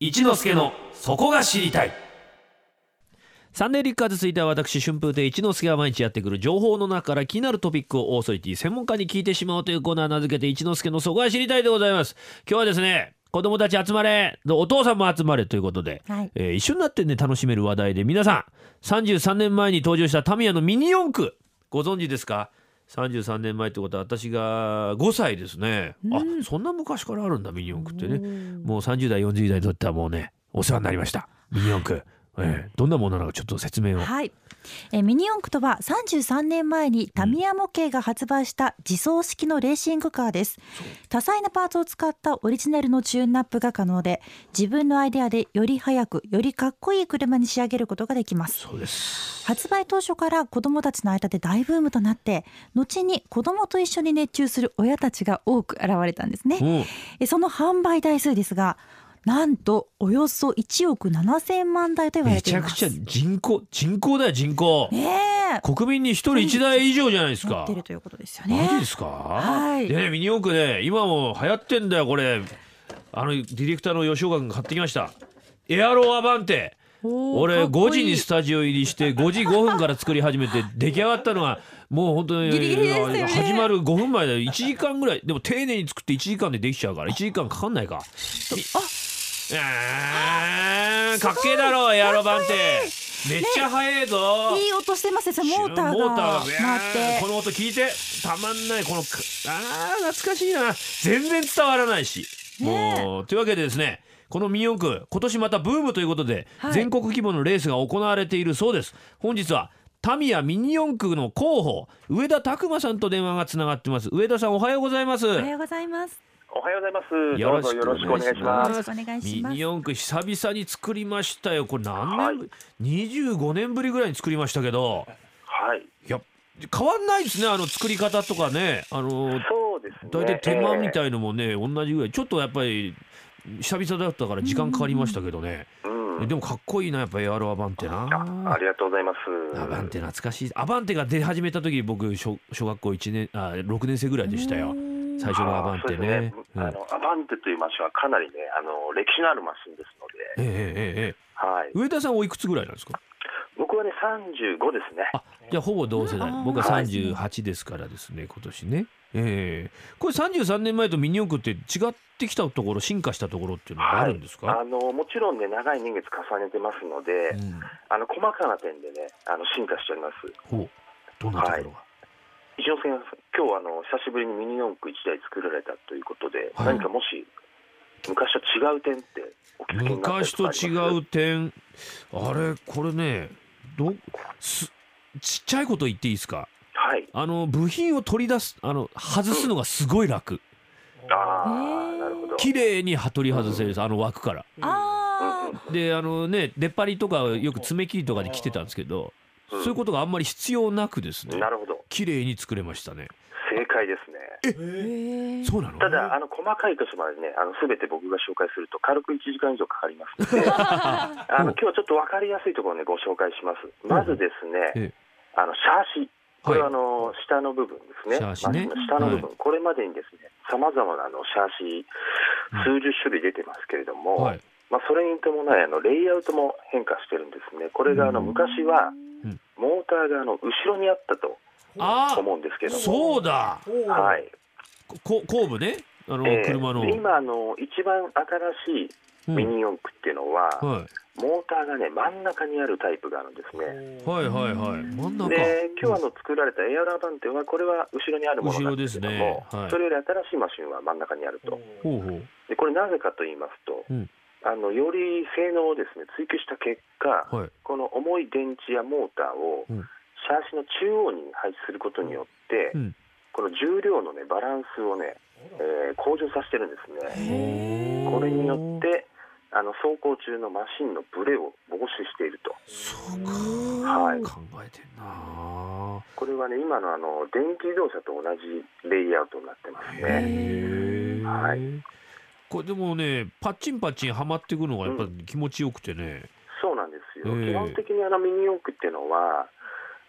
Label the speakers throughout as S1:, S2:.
S1: 一之助のそこが知りたいサンデーリッカーズツイッターは私春風亭一之輔が毎日やってくる情報の中から気になるトピックをオーソリティ専門家に聞いてしまおうというコーナー名付けて一之輔のそこが知りたいでございます今日はですね子供たち集まれのお父さんも集まれということで、
S2: はい
S1: えー一緒になってね楽しめる話題で皆さん33年前に登場したタミヤのミニ四駆ご存知ですか33年前ってことは私が5歳ですね、あそんな昔からあるんだミニ四駆ってねもう30代40代にとってはもうねお世話になりましたミニ四駆、ええどんなものなのかちょっと説明を
S2: はい、えーミニ四駆とは33年前にタミヤ模型が発売した自走式のレーシングカーです多彩なパーツを使ったオリジナルのチューンナップが可能で自分のアイデアでより速くよりかっこいい車に仕上げることができます
S1: そうです
S2: 発売当初から子どもたちの間で大ブームとなって後に子どもと一緒に熱中する親たちが多く現れたんですね、
S1: うん
S2: えその販売台数ですがなんとおよそ1億7000万台と言わ
S1: め
S2: れてい
S1: ちゃ
S2: ま
S1: く
S2: す
S1: ちゃ人口人口だよ人口
S2: ねえ
S1: 国民に一人一台以上じゃないです
S2: 持
S1: か
S2: ってるということですよね
S1: マジですか、
S2: はい
S1: でねミニ四駆ね今も流行ってんだよこれあのディレクターの吉岡君買ってきましたエアロアバンテ俺5時にス
S2: タ
S1: タジオ入りして5時5分から作り始めて出来上がったのはもう本当に
S2: ギリギリですよね
S1: 始まる5分前だよ1時間ぐらいでも丁寧に作って1時間でできちゃうから1時間かかんないかあーかっけえだろエアロバンってめっちゃ速えぞ、
S2: いい音してますねそれモーター
S1: モーター
S2: が
S1: が
S2: 回
S1: ビ
S2: っ
S1: ャー
S2: て
S1: この音聞いてたまんないこのくあー懐かしいな全然伝わらないし、
S2: ねえ
S1: もうというわけでですねこのミニ四駆今年またブームということで、
S2: はい
S1: 全国規模のレースが行われているそうです本日はタミヤミニ四駆の候補上田拓馬さんと電話がつながってます上田さんおはようございます
S2: おはようございます
S3: おはようございます。どうぞよろしくお願いします。
S2: よろしくお願いします
S1: ミニ四駆久々に作りましたよこれ何年ぶり、25年ぶりぐらいに作りましたけど
S3: はい。
S1: いや変わんないですねあの作り方とかねあの
S3: そうですね。
S1: 大体手間み
S3: い。
S1: たいのもね、同じぐらいちょっとやっぱり久々だったから時間かかりましたけどね、
S3: うん。
S1: でもかっこいいなやっぱ AR アバンテ
S3: ああ
S1: な
S3: りがとうございます。
S1: アバンテ懐かしいアバンテが出始めた時僕小小学校一年あ6年生ぐらいでしたよ最初のアバンテね
S3: そうです
S1: うん
S3: あのアバンテというマシンはかなりね、あの歴史のあるマシンですの
S1: え
S3: で、
S1: えええええ
S3: はい。
S1: 上田さんおいくつぐらいなんですか
S3: 僕はね、三十五ですね。
S1: あじゃあほぼ同世代
S2: うん
S1: 僕は
S2: はい
S1: 38ですからですね今年ねええこれ33年前とミニ四駆って違ってきたところ進化したところっていうのはあるんですか、
S3: はいあのもちろんね、長い年月重ねてますので、
S1: うん
S3: あの細かな点でね、あの進化しております。
S1: ほうどんなところが、
S3: 一之輔さん、今日あの久しぶりにミニ四駆一台作られたということで、
S1: はい
S3: 何かもし昔と違う点ってお気づきになったり
S1: 昔
S3: と
S1: と
S3: かあります
S1: 違う点あれこれねどすちっちゃいこと言っていいですか
S3: はい。
S1: あの部品を取り出すあの外すのがすごい楽
S2: へー
S3: ああ、なるほど。
S1: 綺麗には取り外せるんですあの枠から
S2: あー
S1: であのね出っ張りとかよく爪切りとかで来てたんですけど
S3: うん
S1: そういうことがあんまり必要なくですね
S3: なるほど。
S1: 綺麗に作れましたね
S3: 正解ですね。
S2: へー
S1: そうなの
S3: ただ、あの細かい箇所までね、あのすべて僕が紹介すると軽く1時間以上かかりま すので、あの今日はちょっと分かりやすいところをねご紹介します。まずです
S1: ええ
S3: ね、あのシャーシ。これはあの下の部分ですね、
S1: シャーシね
S3: マスクの下の部分、これまでにですね、さまざまなあのシャーシ、数十種類出てますけれども、
S1: はい
S3: まあ、それに伴いあのレイアウトも変化してるんですね、これがあの
S1: うん
S3: 昔は
S1: うん
S3: モーターがあの後ろにあったと
S1: あ
S3: 思うんですけども、
S1: そうだ
S3: はい、
S1: こ後部ねあの
S3: ええ
S1: 車の、
S3: 今あの一番新しいミニ四駆っていうのは、
S1: うんはい
S3: モーターがね真ん中にあるタイプがあるんですね
S1: はいはいはい真ん中
S3: で今日あの作られたエアラバンテはこれは後ろにあるものなんですけども、
S1: 後ろですねはい
S3: それより新しいマシンは真ん中にあると
S1: ほうほう
S3: でこれなぜかと言いますと、
S1: うん
S3: あのより性能をですね追求した結果、
S1: はい。
S3: この重い電池やモーターを
S1: うん
S3: シャーシの中央に配置することによって、
S1: うん
S3: この重量の、ね、バランスをね、えー向上させてるんですね。これによっ。てあの走行中のマシンのブレを防止していると、
S1: そうか。
S3: はい、
S1: 考えてんな。
S3: これはね今のあの電気自動車と同じレイアウトになってますね。
S1: へえ。
S3: はい
S1: これでもね、パッチンパッチンはまっていくのがやっぱり気持ちよくてね。
S3: そうなんですよ、
S1: ええ
S3: 基本的にあのミニ四駆っていうのは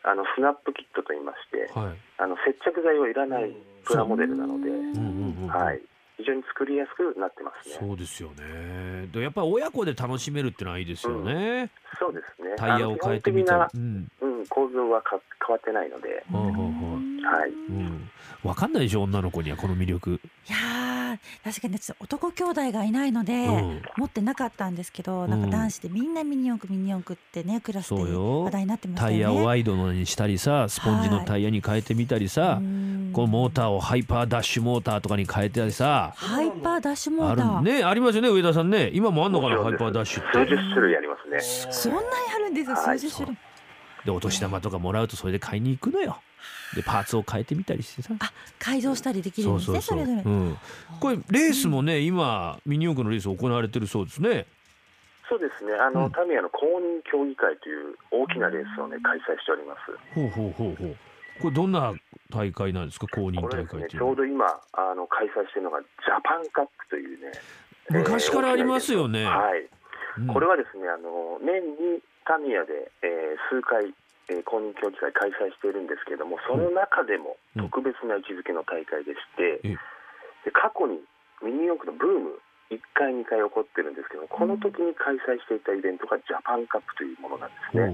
S3: あのスナップキットといいまして
S1: はい。
S3: あの接着剤はいらないプラモデルなので、
S1: うんうんうん。
S3: はい。非常に作りやすくなってますね。
S1: そうですよねでやっぱり親子で楽しめるってのはいいですよね、
S3: そうですね。
S1: タイヤを変えてみた
S3: あ
S1: ら
S3: の基本的
S1: うん
S3: な、うん、構造はか変わってないので、
S1: はいはいはい
S3: はい。
S1: うん、分かんないでしょ女の子にはこの魅力、
S2: いやー確かに私男兄弟がいないので、
S1: うん、
S2: 持ってなかったんですけど、なんか男子でみんなミニ四駆ミニ四駆ってねクラスで
S1: そうよ
S2: 話題になってました
S1: タ
S2: よ
S1: イ
S2: ね。
S1: ヤをワイドのにしたりさスポンジのタイヤに変えてみたりさ、
S2: うん
S1: このモーターをハイパーダッシュモーターとかに変えてたりさ
S2: ハイパーダッシュモ
S1: あ
S2: ーター。
S1: るねありますよね上田さんね今もあんのかなハイパーダッシュ
S3: 数
S1: って
S3: 十種類ありますね。
S2: そんなにあるんですよ
S3: は
S2: 数
S3: い
S2: 十種類。
S1: でお年玉とかもらうとそれで買いに行くのよでパーツを変えてみたりしてさ
S2: あ改造したりできるんですねそれぞれ。
S1: うん、これレースもね今ミニ四駆のレース行われてるそうですね
S3: そうですね。あの、
S1: うん
S3: タミヤの公認競技会という大きなレースをね開催しております。
S1: ほうほうほうほうこれどんな大会なんですか公認
S3: これ
S1: 大
S3: です
S1: 会っ
S3: ね、
S1: てい
S3: ち
S1: うの
S3: ょ
S1: は
S3: うど今あの開催しているのがジャパンカップというね。
S1: 昔からありますよね
S3: えーはい。
S1: うん
S3: これはですね、あの年にタミヤで、えー数回、えー公認競技会開催しているんですけれども、その中でも
S1: うん
S3: 特別な位置づけの大会でして、
S1: え
S3: で過去にミニ四駆のブーム、1回、2回起こってるんですけど、この時に開催していたイベントがジャパンカップというものなんで
S1: ほ
S3: す
S1: う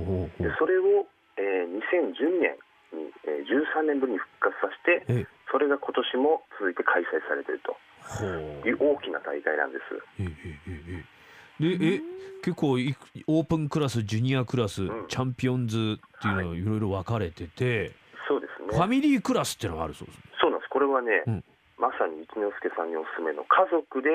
S1: ほうほ
S3: ね。で
S1: う
S3: それを、えー2010年に、えー13年ぶりに復活させ
S1: え
S3: て、それが今年も続いて開催されていると
S1: ほう
S3: いう大きな大会なんです。
S1: えええええでえ結構いくオープンクラスジュニアクラス、
S3: うん
S1: チャンピオンズっていうのがいろいろ分かれてて、
S3: そうですね。
S1: ファミリークラスっていうのがあるそうですね
S3: そうなんです。これはね、
S1: うん
S3: まさに一之輔さんにおすすめの家族で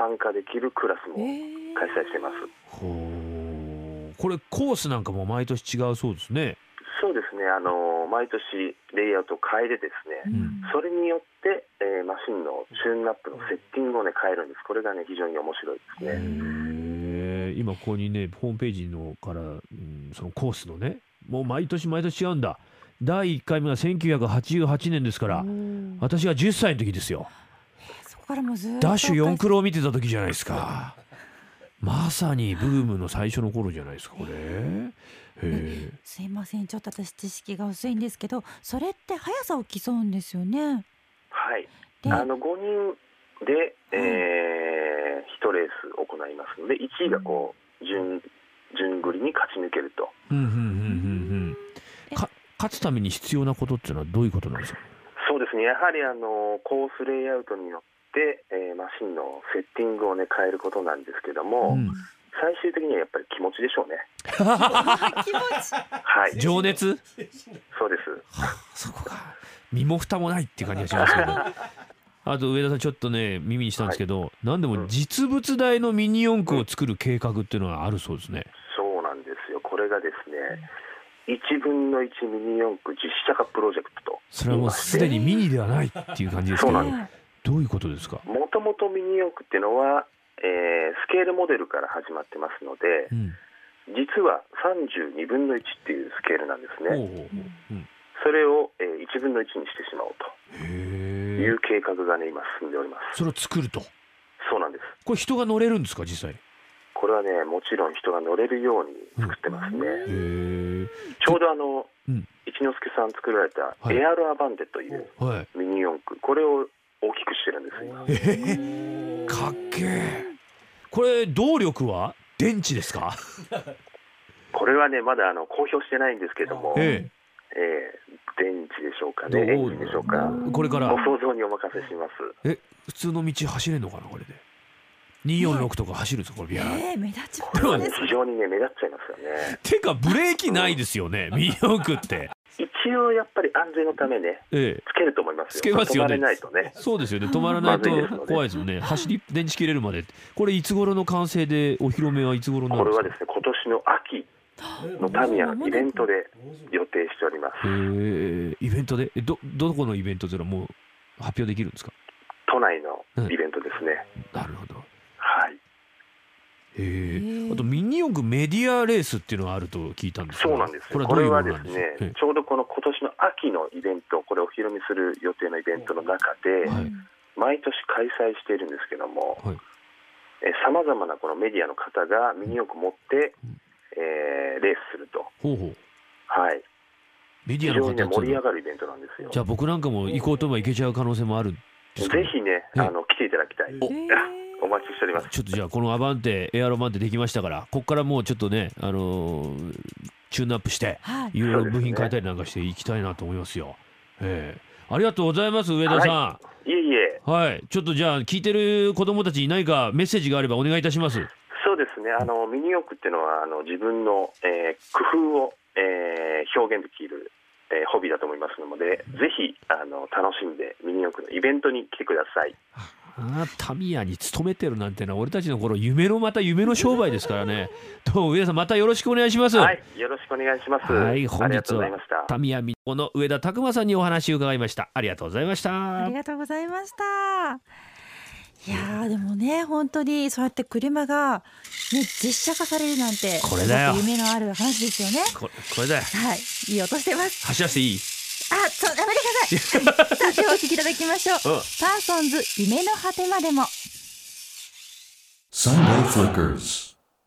S3: 参加できるクラスも
S2: えー
S3: 開催してます。
S1: ほうこれコースなんかも毎年違うそうですね
S3: そうですね。あの毎年レイアウトを変えてです
S2: う
S3: ね。
S2: ん
S3: それによって、えーマシンのチューンナップのセッティングをね変えるんです。これがね非常に面白いです
S1: へ
S3: ね。
S1: え今ここにねホームページのから、うん、そのコースのねもう毎年毎年違うんだ第1回目が1988年ですから
S2: うん
S1: 私が10歳の時ですよ
S2: そこからもうずーっと
S1: ダッシュ4クロを見てた時じゃないですかまさにブームの最初の頃じゃないですかこれへえ
S2: すいませんちょっと私知識が薄いんですけどそれって速さを競うんですよね。
S3: はい。
S2: で
S3: あの5人で、え1レース行いますので、1位がこう順順繰りに勝ち抜けると。
S1: うんうんうんうんうんか勝つために必要なことっていうのはどういうことなんですか
S3: そうですね、やはりあのコースレイアウトによって、えーマシンのセッティングを、ね、変えることなんですけども、
S1: うん
S3: 最終的にはやっぱり気持ちでしょうね。
S2: あ気持ちいい
S3: はい、
S1: 情熱
S3: そうです。
S1: そこか身も蓋もないっていう感じがしますけど あと上田さんちょっとね耳にしたんですけど、何でも実物大のミニ四駆を作る計画っていうのがあるそうですね、
S3: そうなんですよ。これがですね、1分の1ミニ四駆実写化プロジェクトと
S1: それはもうすでにミニではないっていう感じですけ
S3: そう
S1: ど
S3: なんで
S1: どういうことですか、
S3: もともとミニ四駆っていうのは、えースケールモデルから始まってますので
S1: う、ん、
S3: 実は32分の1っていうスケールなんです
S1: おうお
S3: ね。
S1: うおううん
S3: それを、え1分の1にしてしまおうとい
S1: へえ
S3: う計画がね、今進んでおります。
S1: それを作ると
S3: そうなんです。
S1: これ人が乗れるんですか実際へ
S3: これはねもちろん人が乗れるように作ってますね、
S1: えー、
S3: ちょうどあの、
S1: うん
S3: 一之輔さん作られた
S1: はい
S3: エアロアバンテという
S1: はい
S3: ミニ四駆これを大きくしてるんです今
S1: えー、かっけえこれ動力は電池ですか、
S3: これはねまだあの公表してないんですけども、え
S1: え
S3: え電池でしょうか
S1: え
S3: ねエ
S1: ど
S3: ンジンでしょうか
S1: うこれから
S3: ご想像にお任せします
S1: え普通の道走れんのかなこれで246とか走るんですかこれビャーっ
S2: えー、目立ちま
S3: これは
S2: す
S3: ね
S2: ね。
S3: 非常にね目立っちゃいますよね
S1: てかブレーキないですよ ねミニ四駆って
S3: 一応やっぱり安全のためね
S1: ええ
S3: つけると思いますよ
S1: つけますよね
S3: 止まれないとね
S1: そうですよね止まらないと
S3: まずいですよね
S1: 怖いですもんね走り電池切れるまでこれいつ頃の完成でお披露目はいつ頃にな
S3: こ
S1: るん
S3: れ
S1: で
S3: は
S1: す
S3: で
S1: か
S3: すね今年の秋のタミヤのイベントで予定しております
S1: ええイベントでえどどこのイベントというのはもう発表できるんですか
S3: 都内のイベントですね、
S1: なるほど
S3: はい、
S1: え
S2: へ
S1: え
S2: え
S1: あとミニ四駆メディアレースっていうのがあると聞いたんですが
S3: そうなんです
S1: これ
S3: よ。
S1: は
S3: こ
S1: どういう
S3: れ
S1: も
S3: は
S1: のなん
S3: です
S1: ですか
S3: ね、ちょうどこの今年の秋のイベント、これお披露目する予定のイベントの中で、
S1: はい
S3: 毎年開催しているんですけども
S1: はい、
S3: さまざまなこのメディアの方がミニ四駆持って
S1: うん、
S3: えーレースすると、
S1: ほうほう
S3: はい、
S1: メデ
S3: 非
S1: ィア
S3: 常
S1: の
S3: に、ね、
S1: 方
S3: 盛り上
S1: は
S3: がるイベントなんですよ
S1: じ。ゃあ僕なんかも行こうと思えば行けちゃう可能性もあるっですか
S3: ぜひね、
S1: ええ
S3: あの来ていただきたい。お待ちしております。
S1: ちょっとじゃあこのアバンテエアロバンテできましたからここからもうちょっとねあのーチューンアップして
S2: はい
S1: いろいろ部品変えたりなんかしていきたいなと思いますよ。ええありがとうございます上田さ
S3: いえいえ、
S1: ん。はい、ちょっとじゃあ聞いてる子供たちに何かメッセージがあればお願いいたします。
S3: そうですね。あのミニ四駆っていうのはあの自分の、えー工夫を、えー表現できる、えーホビーだと思いますので、ぜひあの楽しんでミニ四駆のイベントに来てください。
S1: ああタミヤに勤めてるなんてのは俺たちの頃夢のまた夢の商売ですから ね。どうも上田さんまたよろしくお願いします。
S3: はい、よろしくお願いします。
S1: はい、
S3: あ
S1: 本
S3: りが
S1: 日
S3: とうございま
S1: は
S3: した。
S1: タミヤミこの上田拓馬さんにお話を伺いました。ありがとうございました。
S2: ありがとうございました。いやーでもね本当にそうやって車が、ね、実写化されるなんて
S1: これだよ
S2: すごく夢のある話ですよね。
S1: ここれだよ。
S2: はい、いい音してます。
S1: 走らせていい
S2: あ、そう、やめてください。さあ、ではお聞きいただきましょう。パーソンズ夢の果てまでも。
S4: Sunday Flickers.